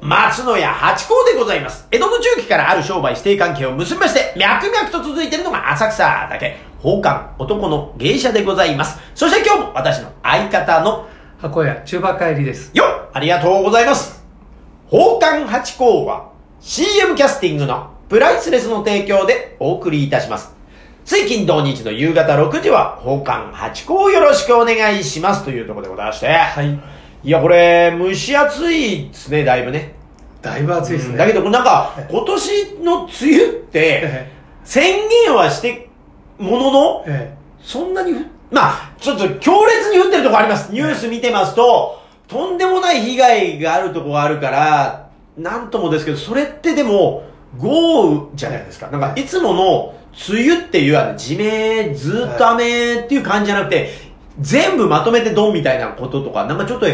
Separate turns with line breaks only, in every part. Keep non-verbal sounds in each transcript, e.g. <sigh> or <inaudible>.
松野屋八甲でございます。江戸の中期からある商売指定関係を結びまして、脈々と続いているのが浅草だけ、宝冠男の芸者でございます。そして今日も私の相方の、
箱屋中馬帰りです
よっありがとうございます。宝冠八甲は CM キャスティングのプライスレスの提供でお送りいたします。つい金土日の夕方6時は宝冠八甲をよろしくお願いしますというところでございまして。
い
いや、これ、蒸し暑いですね、だいぶね。
だいぶ暑いですね、
だけど、なんか、今年の梅雨って
え、
宣言はして、ものの、
え
そんなに降っ、まあ、ちょっと強烈に降ってるとこあります。ニュース見てますと、とんでもない被害があるとこがあるから、なんともですけど、それってでも、豪雨じゃないですか。なんか、いつもの梅雨っていう、あの、地名、ずっと雨っていう感じじゃなくて、全部まとめてドンみたいなこととか、なんかちょっと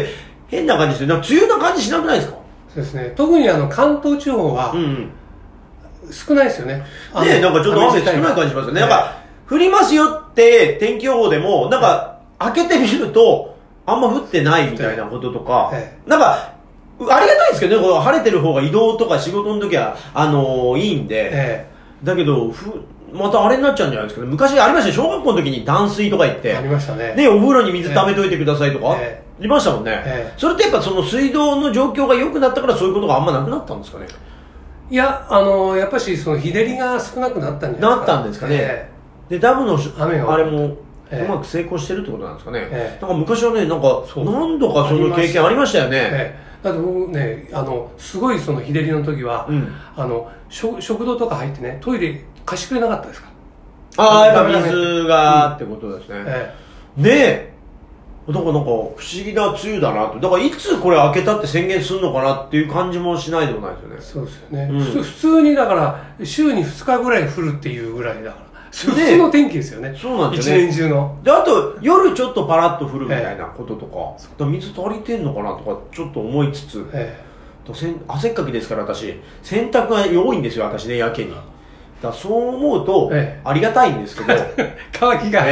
変な感じして、なんか梅雨な感じしなくないですか
えそうですね特にあの関東地方は
うんうん。
少ないですよね、あの
ね、なんかちょっと雨少ない感じしますよね。なんか、降りますよって天気予報でも、なんか、開けてみると、あんま降ってないみたいなこととか
え、
なんか、うありがたいですけどね、この晴れてる方が移動とか仕事の時は、あのーいいんで、
え
だけど、ふまたあれになっちゃうんじゃないですかね。昔ありましたよ小学校の時に断水とか言っ
え
て
あ、りましたね
ね、お風呂に水溜めといてくださいとか、
え
いましたもんね、
ええ
それってやっぱその水道の状況が良くなったからそういうことがあんまなくなったんですかね。
いやあのやっぱしその日照りが少なくなったんじゃないですか
なったんですかね
え
でダムのし
雨が
あれも
ええ
うまく成功してるってことなんですかね、
ええ
なんか昔はねなんか
そう
何度かそういう経験ありましたよね
えええだって僕ねあのすごいその日照りの時は、
うん
あの食食堂とか入ってねトイレ貸してくれなかったですか、
ああやっぱ
ダメダメ
水がってことですね、
え
ねえだからなんか不思議な梅雨だなとだからいつこれ開けたって宣言するのかなっていう感じもしないでもないですよね
え、そうですよね、
うん
ふつ普通にだから週に2日ぐらい降るっていうぐらいだから普通の天気ですよね
そうなんです
一
よね
年中の
であと夜ちょっとパラッと降るみたいなこととか,、水足りてんのかなとかちょっと思いつつ、
ええ
せん汗っかきですから私洗濯が弱いんですよ私ねやけにだからそう思うと、
ええ
ありがたいんです
<laughs>
けど
乾きが、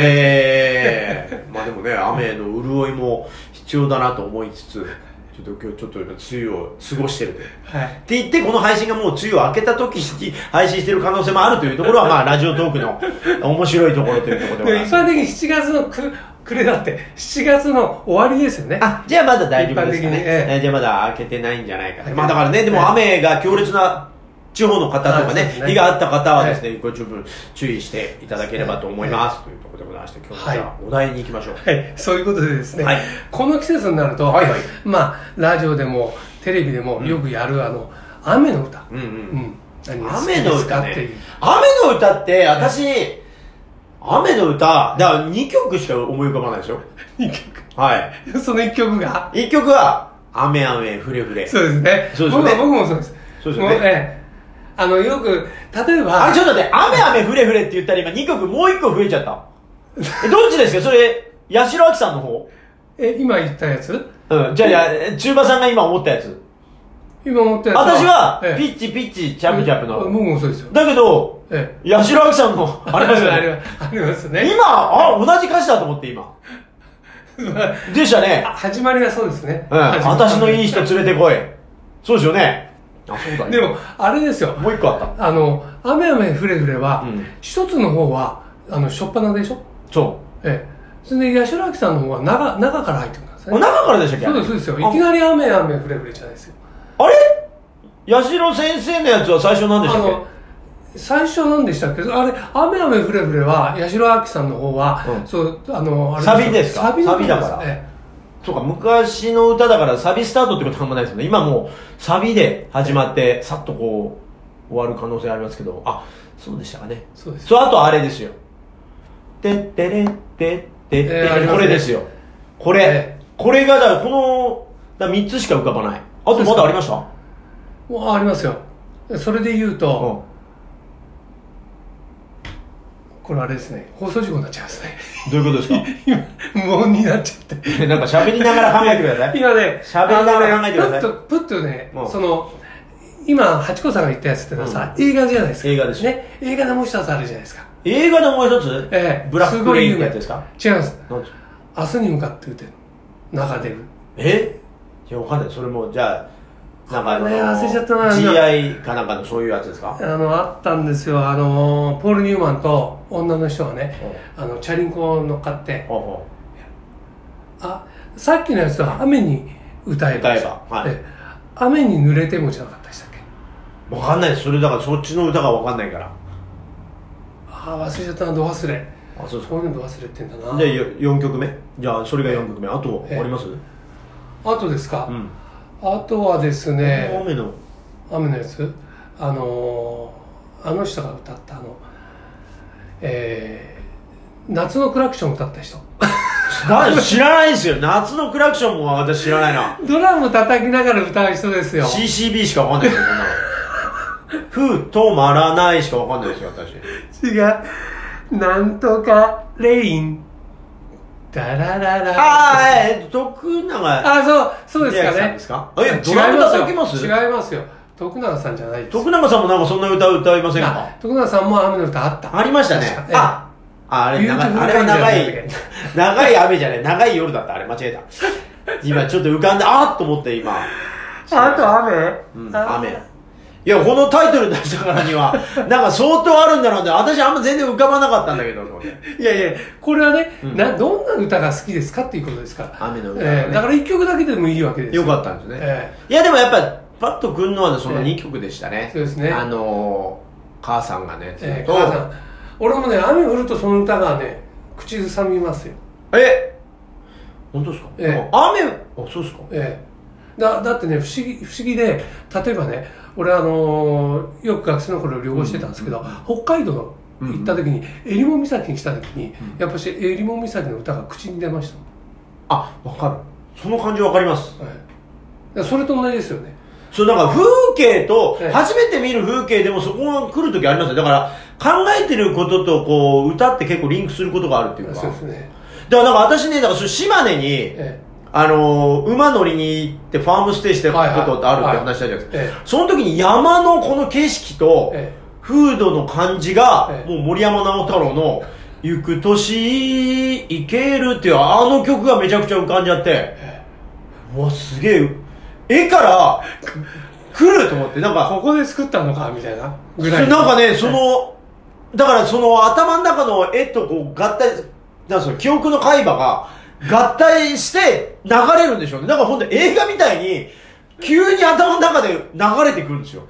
ええまあでもね雨の潤いも必要だなと思いつつちょっと今日ちょっと梅雨を過ごしてると
はい
って言って、この配信がもう梅雨を明けた時に配信してる可能性もあるというところは、まあ、ラジオトークの面白いところというところでござい
で
ま
一
す。
般的に7月のく暮れだって7月の終わりですよね
<laughs> あ、じゃあまだ大丈夫ですかね。
一般的にええ
えじゃあまだ開けてないんじゃないか
開けてない
まあだからね、で
え
も
え
雨が強烈な地方の方とか
あそう
ね
で、すね
日があった方はですね、ご十分注意していただければと思います。というところでございまして、今日はじゃあお題に行きましょう。
はい、そういうことでですね、
はい
この季節になると、
はいはい
まあ、ラジオでもテレビでもよくやる、あの雨の歌、
うんう。
うんん、何が好き
雨
で
の
すか
歌
って
ね
いう。 <laughs>
雨の歌って、私、雨の歌、だから2曲しか思い浮かばないですよ。
一
はい。
曲その一曲が
1曲は、雨雨ふれふれ。
そうですね
そうですよね
僕も僕もそうです
そうですよね
もええあのよく例えば
あ、ちょっと待って、雨雨ふれふれって言ったら今2曲もう1個増えちゃった。えどっちですかそれ、八代亜紀さんの方
え今言ったやつ
うん。じゃあ、いや、中馬さんが今思ったやつ。
今持ってるやつ
私は、ピ
ええ
ッチピッチ、チャプチャプの。
僕もそうですよ、
だけど、
え
八代亜紀さんの、
え
あれですよ
あり
ね。
ますありますね
今、あ、同じ歌詞だと思って
<laughs>
今。でしたね。
始まりはそうですね、
うん。
始まり
私のいい人連れてこい。そうですよね。あ、そうだね。
でもあれですよ
もう1個あった。
あの、雨雨ふれふれは、
うん
一つの方は、あの、しょっぱなでしょ
そ
ええ。それで、八代亜紀さんの方は、中、中から入ってくるんです
う。お
ね。
中からでしたっけ
そうです、そうですよ。いきなり雨雨ふれふれじゃないですよ。
あれ八代先生のやつは最初何でし
あ
たっけ
の、最初なんでしたっけあれ、雨雨ふれふれは、八代亜紀さんの方は、
うん
そう、あの、あれ
サビですか
サビの
サビだから
ですね
そうか、昔の歌だからサビスタートってことはあんまないですよね。今もうサビで始まって、さっとこう、終わる可能性ありますけど、あ、そうでしたかね。
そうです。
そう、あとあれですよ。てってれってってって、
えーありますね
これですよ。これ、
え
これがだから、この、だ3つしか浮かばない。あとまだありましたうん。
もうありますよ。それで言うと、これあれですね、放送事故になっちゃいますね。 <laughs>
どういうことですか
今、無音になっちゃって。
なんか <laughs> 喋りながら考えてください。
今ね、
喋りながら考えてください
あのねプッと、プッとね
うん、
その、今、ハチコさんが言ったやつってのはさ、映画じゃないですか。
映画でしょ
ね。映画でもう一つあるじゃないですか。
映画のもう一つ、
ええ
ブラッ
す
ク
ごい
レイン
有
って
名
やつですか
違います。
なんですか
明日に向かって打てる。中でる。
えいや、わかんない。それもう、じゃあ、なんかあの、
ね忘れちゃったな
GI かなんかのそういうやつですか
あのあったんですよあのポール・ニューマンと女の人がねあのチャリンコ乗っかって
ほうほ
あさっきのやつは雨に歌えば
歌えばはい
で雨に濡れてもじゃなかったでしたっけ
うわかんないですそれだからそっちの歌がわかんないから
ああ忘れちゃったなど忘れ
あそうです
そういうのど忘れてんだな
じゃあ4曲目じゃあそれが4曲目あとありますう
あとですか、
ん
あとはですね
雨の
雨のやつあのーあの人が歌ったあのえー夏のクラクションを歌った人
だ知らないですよ夏のクラクションも私知らないな
ドラム叩きながら歌う人ですよ
CCB しかわかんないですよそんなのふとまらないしかわかんないですよ私
違うなんとかレインダラララ
ああえっと徳永
あそうそうですか
秀明さん
ね
ですか
あ
えドラム叩きます
違いますよ徳永さんじゃないです
徳永さんもなんかそんな歌歌いません
あ
か
徳永さんも雨の歌あった
ありましたね
確か
あああれ長い
Beautiful
あれは長い
Country
長い雨じゃない長い夜だったあれ間違えた今ちょっと浮かんであーっと思って今
あと雨、
うん、
あ
雨いやこのタイトル出したからに
<laughs>
はなんか相当あるんだろうって私あんま全然浮かばなかったんだけどと思って
いやいやこれはね、
うん
などんな歌が好きですかっていうことですから
雨の歌がね
ええだから1曲だけでもいいわけです
よか
っ
ったんですね、
え
いやでもやっぱパッとくんのはねその
ええ
2曲でしたね、
そうですね
あのー、母さんがねず
え
っ
え
と、
母さん俺もね雨降るとその歌がね口ずさみますよ
え本当ですか、
ええ
雨あそうですか
ええ、だだってね不思議不思議で例えばね俺あのーよく学生の頃旅行してたんですけど、北海道行った時に、襟裳岬に来た時に、やっぱし襟裳岬の歌が口に出まし
あわかるその感じわかります
た、はい、だからそれと同じですよね
そうだから風景と
ええ
初めて見る風景でもそこが来る時ありますよだから考えてることとこう歌って結構リンクすることがあるっていうか
そうですね
だからなんか私ね、だからそれ島根に、
え
あのー馬乗りに行ってファームステイしてることってあるって話したじゃないですか。
え
その時に山のこの景色と、
ええ
風土の感じが、
ええ
もう森山直太朗の、行く年、行けるっていうあの曲がめちゃくちゃ浮かんじゃって、うわ、すげえ、絵から来ると思って、なんか、
ここで作ったのかみたいなぐら
そ
い
れなんかね、その、だからその頭の中の絵とこう合体、なんその記憶の海馬が合体して流れるんでしょうね。だからほんと映画みたいに、急に頭の中で流れてくるんですよ。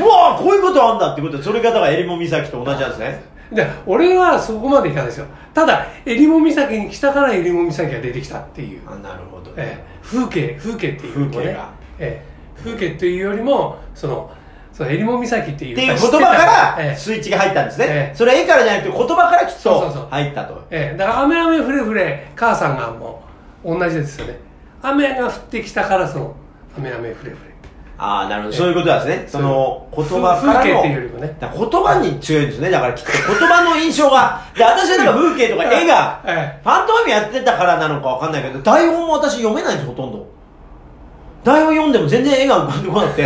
うわぁ、こういうことあんだってことで、それがだから襟裳岬と同じなんですね。
で俺はそこまでいかないですよただ襟裳岬に来たから襟裳岬が出てきたっていう
あ、なるほど
ええ風景風景っていうのもね
風景が
ええ風景っていうよりもそのその襟裳岬っていう
っていう言
知
葉
てた
か
え
ら
え
スイッチが入ったんです
え
ね。
え
それは絵からじゃなくて言葉からきっ
そうそうそ
と
う
入ったと。
ええだから雨雨降れ降れ母さんがもう同じですよね雨が降ってきたからその雨雨降れ降れ
ああ、なるほど。
ええ
そういうことなんですね。その言葉からの。
風風景っていうよりもね
だから言葉に強いんですね。だからきっと言葉の印象が。で、私はなんか風景とか絵が、
え
ファントミやってたからなのかわかんないけど、台本も私読めないんです、ほとんど。台本読んでも全然絵が浮かんでこなくて。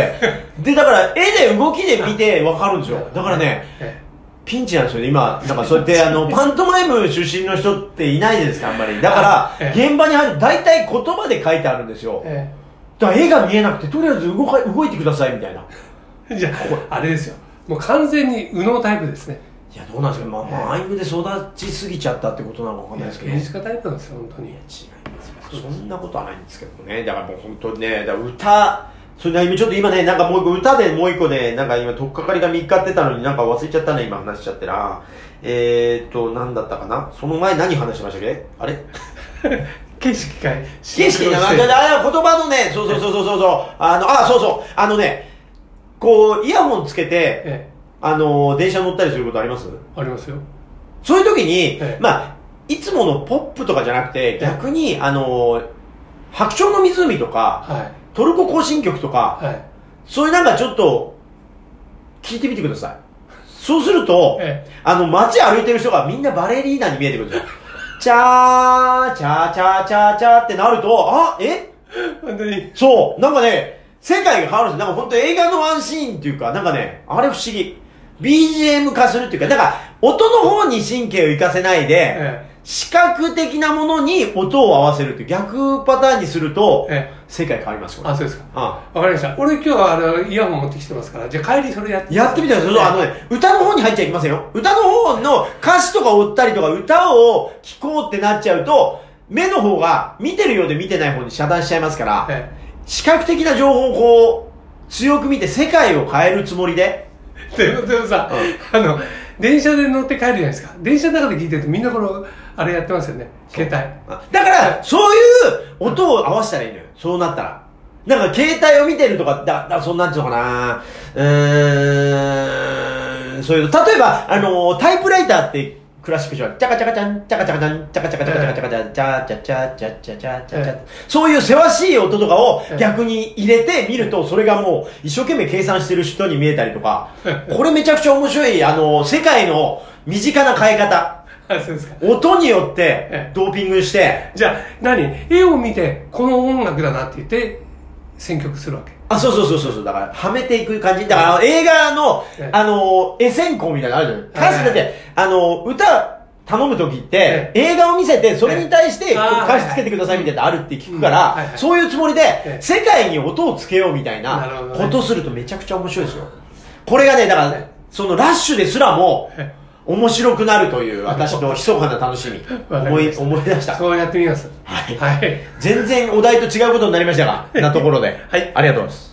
で、だから絵で動きで見てわかるんですよ。だからね、
え
ピンチなんですよね、今。なんかそうやって、あ
<laughs>
の、パントマイム出身の人っていないですか、あんまり。だか
え
ら、
え
現場に入る、大体言葉で書いてあるんですよ。
え
だから絵が見えなくて、とりあえず動か、動いてください、みたいな。
ええじゃああれですよもう完全に右脳タイプですね
いや、どうなんですか、まあ、まあ、アイムで育ちすぎちゃったってことなのかわかんないですけど。
芸術家タイプなんですよ本当に
違いますよそんなことはないんですけどねだからもう本当にねだから歌それなりにちょっと今ねなんかもう一個歌でもう一個ねなんか今取っかかりが3日ってたのになんか忘れちゃったね今話しちゃってなえーっと何だったかなその前何話しましたっけあれ
景色かい
景色なあ言葉のねそうそうそうそうそうそうあのあそうそうあのねこうイヤホンつけて
ええ
あの電車乗ったりすることあります
ありますよ
そういう時に、
ええ
まあ、いつものポップとかじゃなくて、逆に、あのー、白鳥の湖とか、
はい
トルコ行進曲とか、
はい
そういうなんかちょっと、聞いてみてください。そうすると、
え
あの、街歩いてる人がみんなバレリーナに見えてくるんですよ。チャー、チャーチャーチャーチャーってなると、あ、え
本当に
そう、なんかね、世界が変わるんですよ。なんか本当映画のワンシーンっていうか、なんかね、あれ不思議。BGM 化するっていうか、だから、音の方に神経を活かせないで、
え
視覚的なものに音を合わせるっていう逆パターンにすると、
え
世界変わります、これ。
あそうですか
あ
わかりました俺今日はあのイヤホン持ってきてますからじゃあ帰りそれやって
やってみたら、そうそうあのね、歌の方に入っちゃいけませんよ。歌の方の歌詞とか追ったりとか、歌を聴こうってなっちゃうと、目の方が見てるようで見てない方に遮断しちゃいますから、
え
視覚的な情報をこう、強く見て世界を変えるつもりで、
えでもでもさ、あの電車で乗って帰るじゃないですか電車の中で聞いてるとみんなこのあれやってますよね携帯
あだから、そういう音を合わせたらいいのよ。そうなったら。なんか、携帯を見てるとか、だ、だ、そんなんていうのかなうーん、そういうの。例えば、あのー、タイプライターってクラシックじゃん。チャカチャカチャン、チャカチャカチャン、チャカチャカチャン、チャカチャカチャン、チャチャチャチャチャチャチャチャチャ
え
そういうせわしい音とかを
ええ
逆に入れて見ると、それがもう一生懸命計算してる人に見えたりとか、これめちゃくちゃ面白い、あのー、世界の身近な変え方。
あそうですか
音によって、
え
ドーピングして、
じゃあ何絵を見てこの音楽だなって言って選曲するわけ
あ、そうそうそうそうそう、だから、はめていく感じ。だから、映画の
ええ、
あの、絵線香みたいなのあるじゃない歌詞だっ
はい
て、あの、歌頼むときって
え、
映画を見せて、それに対して、
ええあー
歌詞つけてくださいみたいなのあるって聞くか
うんはい
ら
は、い
そういうつもりで
え、え
世界に音をつけようみたい
な
な
るほどね
ことするとめちゃくちゃ面白いですよ。これがね、だからね、そのラッシュですらも
え、
面白くなるという、私の密かな楽しみ、
わか
思
りま
い、
した
思い出した。
そうやってみます
はい
はい
全然お題と違うことになりましたが、なところで。
はい
ありがとうございます。